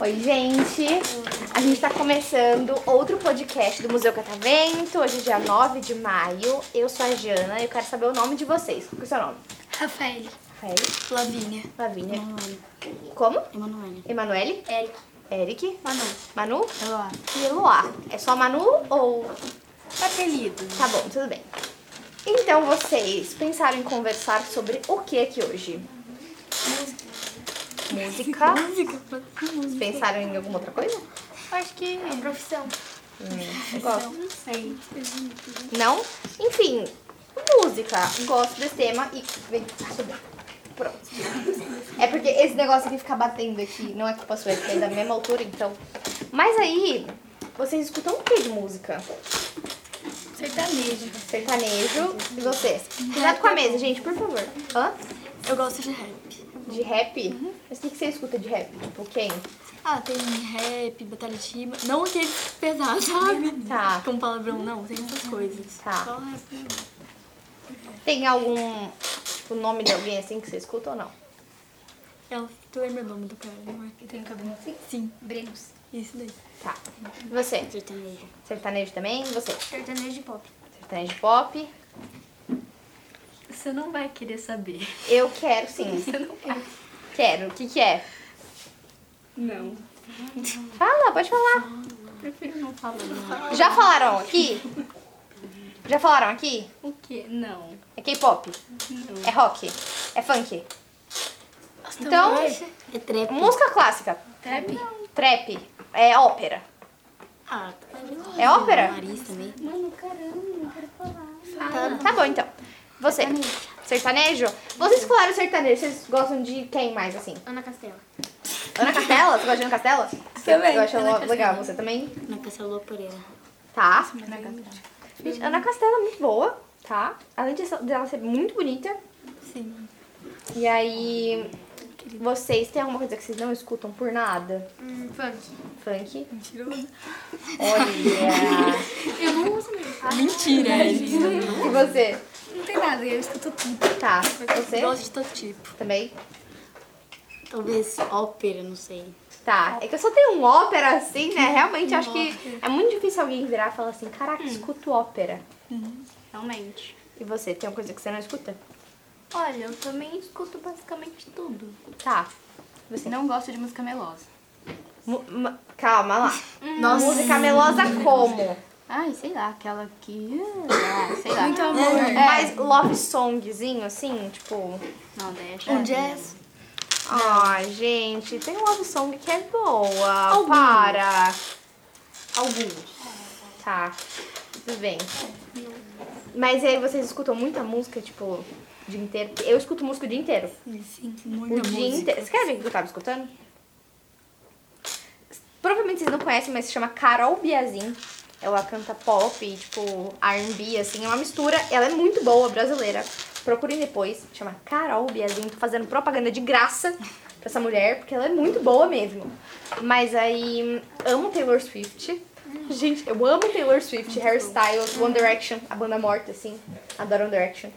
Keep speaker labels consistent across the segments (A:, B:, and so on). A: Oi, gente. A gente tá começando outro podcast do Museu Catavento. Hoje é dia 9 de maio. Eu sou a Jana e eu quero saber o nome de vocês. Qual que é o seu nome?
B: Rafael.
A: Rafael,
B: Lavínia.
A: Lavínia.
B: Emanuele.
A: Como?
B: Emanuele.
A: Emanuele,
B: Eric.
A: Eric,
B: Manu.
A: Manu
B: Eloá.
A: e Eloá. É só Manu ou
B: Apelido.
A: Tá bom, tudo bem. Então vocês pensaram em conversar sobre o que aqui hoje? Música.
B: Música.
A: Vocês pensaram em alguma outra coisa?
B: Acho que é profissão.
A: Eu gosto.
B: Não sei.
A: Não? Enfim, música. Gosto desse tema e. Vem, deixa eu ver. Pronto. É porque esse negócio aqui ficar batendo aqui não é culpa sua, é porque é da mesma altura, então. Mas aí, vocês escutam o que de música?
B: Sertanejo.
A: Sertanejo e vocês? Cuidado com a mesa, gente, por favor. Hã?
B: Eu gosto de rap.
A: De rap? Mas o que, que você escuta de rap? Tipo, quem?
B: Ah, tem rap, batalha de rima. Não aquele pesado, sabe?
A: Tá.
B: Com palavrão, não. Tem essas coisas.
A: Tá.
B: Só rap.
A: Tem algum tipo, nome de alguém assim que você escuta ou não?
B: Ela, tu lembra o nome do cara, não é? Tem cabelo assim? Sim. Brenos. Isso daí.
A: Tá. E Você?
B: Sertanejo.
A: Sertanejo também? E Você?
B: Sertanejo de pop.
A: Sertanejo pop?
B: Você não vai querer saber.
A: Eu quero sim. Quero. O que, que é?
B: Não.
A: Fala, pode falar.
B: Prefiro não falar.
A: Já falaram aqui? Já falaram aqui?
B: O quê? Não.
A: É K-pop? É rock? É funk? Então,
B: É trap.
A: música clássica.
B: Trap?
A: Trap. É ópera.
B: Ah, tá.
A: É ópera?
B: Mano, caramba, não quero falar. Fala.
A: Tá bom, então. Você. Sertanejo? Vocês falaram sertanejo, vocês gostam de quem mais, assim?
B: Ana Castela.
A: Ana Castela? Você gosta de Ana Castela?
B: Também,
A: Eu acho
B: Ana
A: ela
B: Castela.
A: legal, você também?
B: Ana Castela é Pereira.
A: Tá.
B: é
A: Gente, Ana Castela é muito boa, tá? Além disso- dela ser muito bonita.
B: Sim.
A: E aí, vocês têm alguma coisa que vocês não escutam por nada?
B: Hum, funk.
A: Funk?
B: Mentirosa.
A: Olha!
B: Eu não uso mesmo. Mentira. é
A: e você?
B: Não tem nada, eu escuto tudo.
A: Tá. Você?
B: Gosto de todo tipo.
A: Também?
C: Talvez ópera, não sei.
A: Tá, é que eu só tenho um ópera assim, né? Realmente acho que é muito difícil alguém virar e falar assim: caraca, escuto ópera.
C: Realmente.
A: E você, tem uma coisa que você não escuta?
C: Olha, eu também escuto basicamente tudo.
A: Tá. Você
C: Não gosto de música melosa.
A: Mu- ma- Calma lá. Música melosa como?
C: Ai, sei lá, aquela que. Ah, sei lá. Então,
A: Mais love songzinho, assim, tipo.
C: não, é deixa.
B: Um jazz.
A: Ai, gente, tem love song que é boa. Para.
C: Alguns.
A: Tá. Tudo bem. Mas e aí vocês escutam muita música, tipo, o dia inteiro? Porque Eu escuto música o dia inteiro.
B: Sim,
A: O
B: muita
A: dia inteiro. Você quer ver o que eu tava escutando? Provavelmente vocês não conhecem, mas se chama Carol Biazin. Ela canta pop, e, tipo, R&B, assim, é uma mistura. Ela é muito boa, brasileira. Procurem depois. Chama Carol Biazin. Tô fazendo propaganda de graça pra essa mulher, porque ela é muito boa mesmo. Mas aí, amo Taylor Swift. Gente, eu amo Taylor Swift, Hairstyles, One Direction, a banda morta, assim. Adoro One Direction.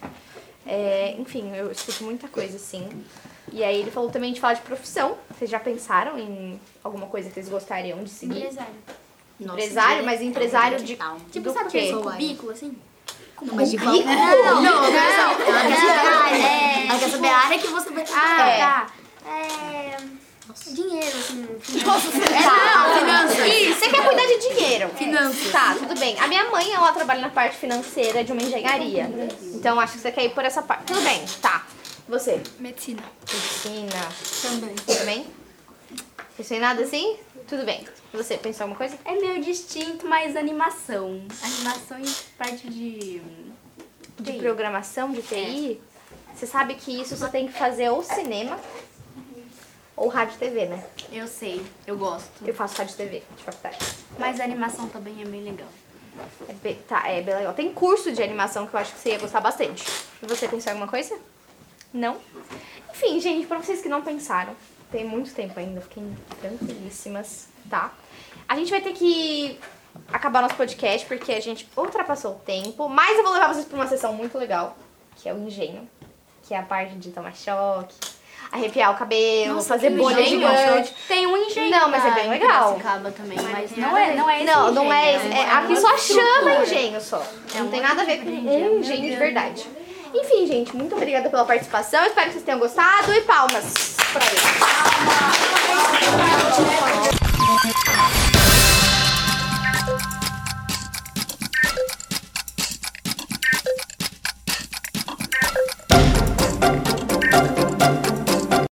A: É, enfim, eu escuto muita coisa assim. E aí ele falou também de falar de profissão. Vocês já pensaram em alguma coisa que vocês gostariam de seguir?
D: Empresário.
C: Nossa,
A: Empresário, mas empresário de.
C: Não.
A: do
D: Tipo, sabe
A: quê? É,
D: aquele cubículo, assim?
C: Não, mas de
A: Bico?
C: Não, não,
D: Não, é...
C: Ela quer saber a área que você vai
A: É.
D: Ah, tá. É... Dinheiro, assim. finanças.
A: Isso, você quer cuidar de dinheiro. Finanças. Tá, tudo bem. A minha mãe, ela trabalha na parte financeira de uma engenharia. Então acho que você quer ir por essa parte. Tudo bem, tá. Você?
B: Medicina.
A: Medicina.
B: Também.
A: Tudo bem? Pensou em nada assim? Tudo bem. Você pensou em alguma coisa?
C: É meio distinto, mas animação. Animação em parte de.
A: de programação de TI, você sabe que isso você tem que fazer ou cinema ou rádio e TV, né?
C: Eu sei, eu gosto.
A: Eu faço rádio e TV de faculdade.
C: Mas a animação também é bem legal.
A: É bem, tá, é bem legal. Tem curso de animação que eu acho que você ia gostar bastante. E você pensou em alguma coisa? Não? Enfim, gente, pra vocês que não pensaram, tem muito tempo ainda, fiquem tranquilíssimas, tá? A gente vai ter que acabar nosso podcast, porque a gente ultrapassou o tempo. Mas eu vou levar vocês pra uma sessão muito legal, que é o engenho. Que é a parte de tomar choque, arrepiar o cabelo,
B: Nossa,
A: fazer
B: que
A: bolha
B: engenho de tomar
A: gigante.
C: Tem um engenho.
A: Não, mas é bem
C: lá em
A: legal.
C: Piracicaba também, mas
B: tem
C: não
B: nada a
C: é, não é esse
A: Não, não é,
C: engenho,
A: é. Aqui
C: uma
A: só
C: estrutura. É
A: chama engenho só. Não tem nada a ver com um engenho de verdade. Enfim, gente, muito obrigada pela participação. Espero que vocês tenham gostado e palmas pra eles.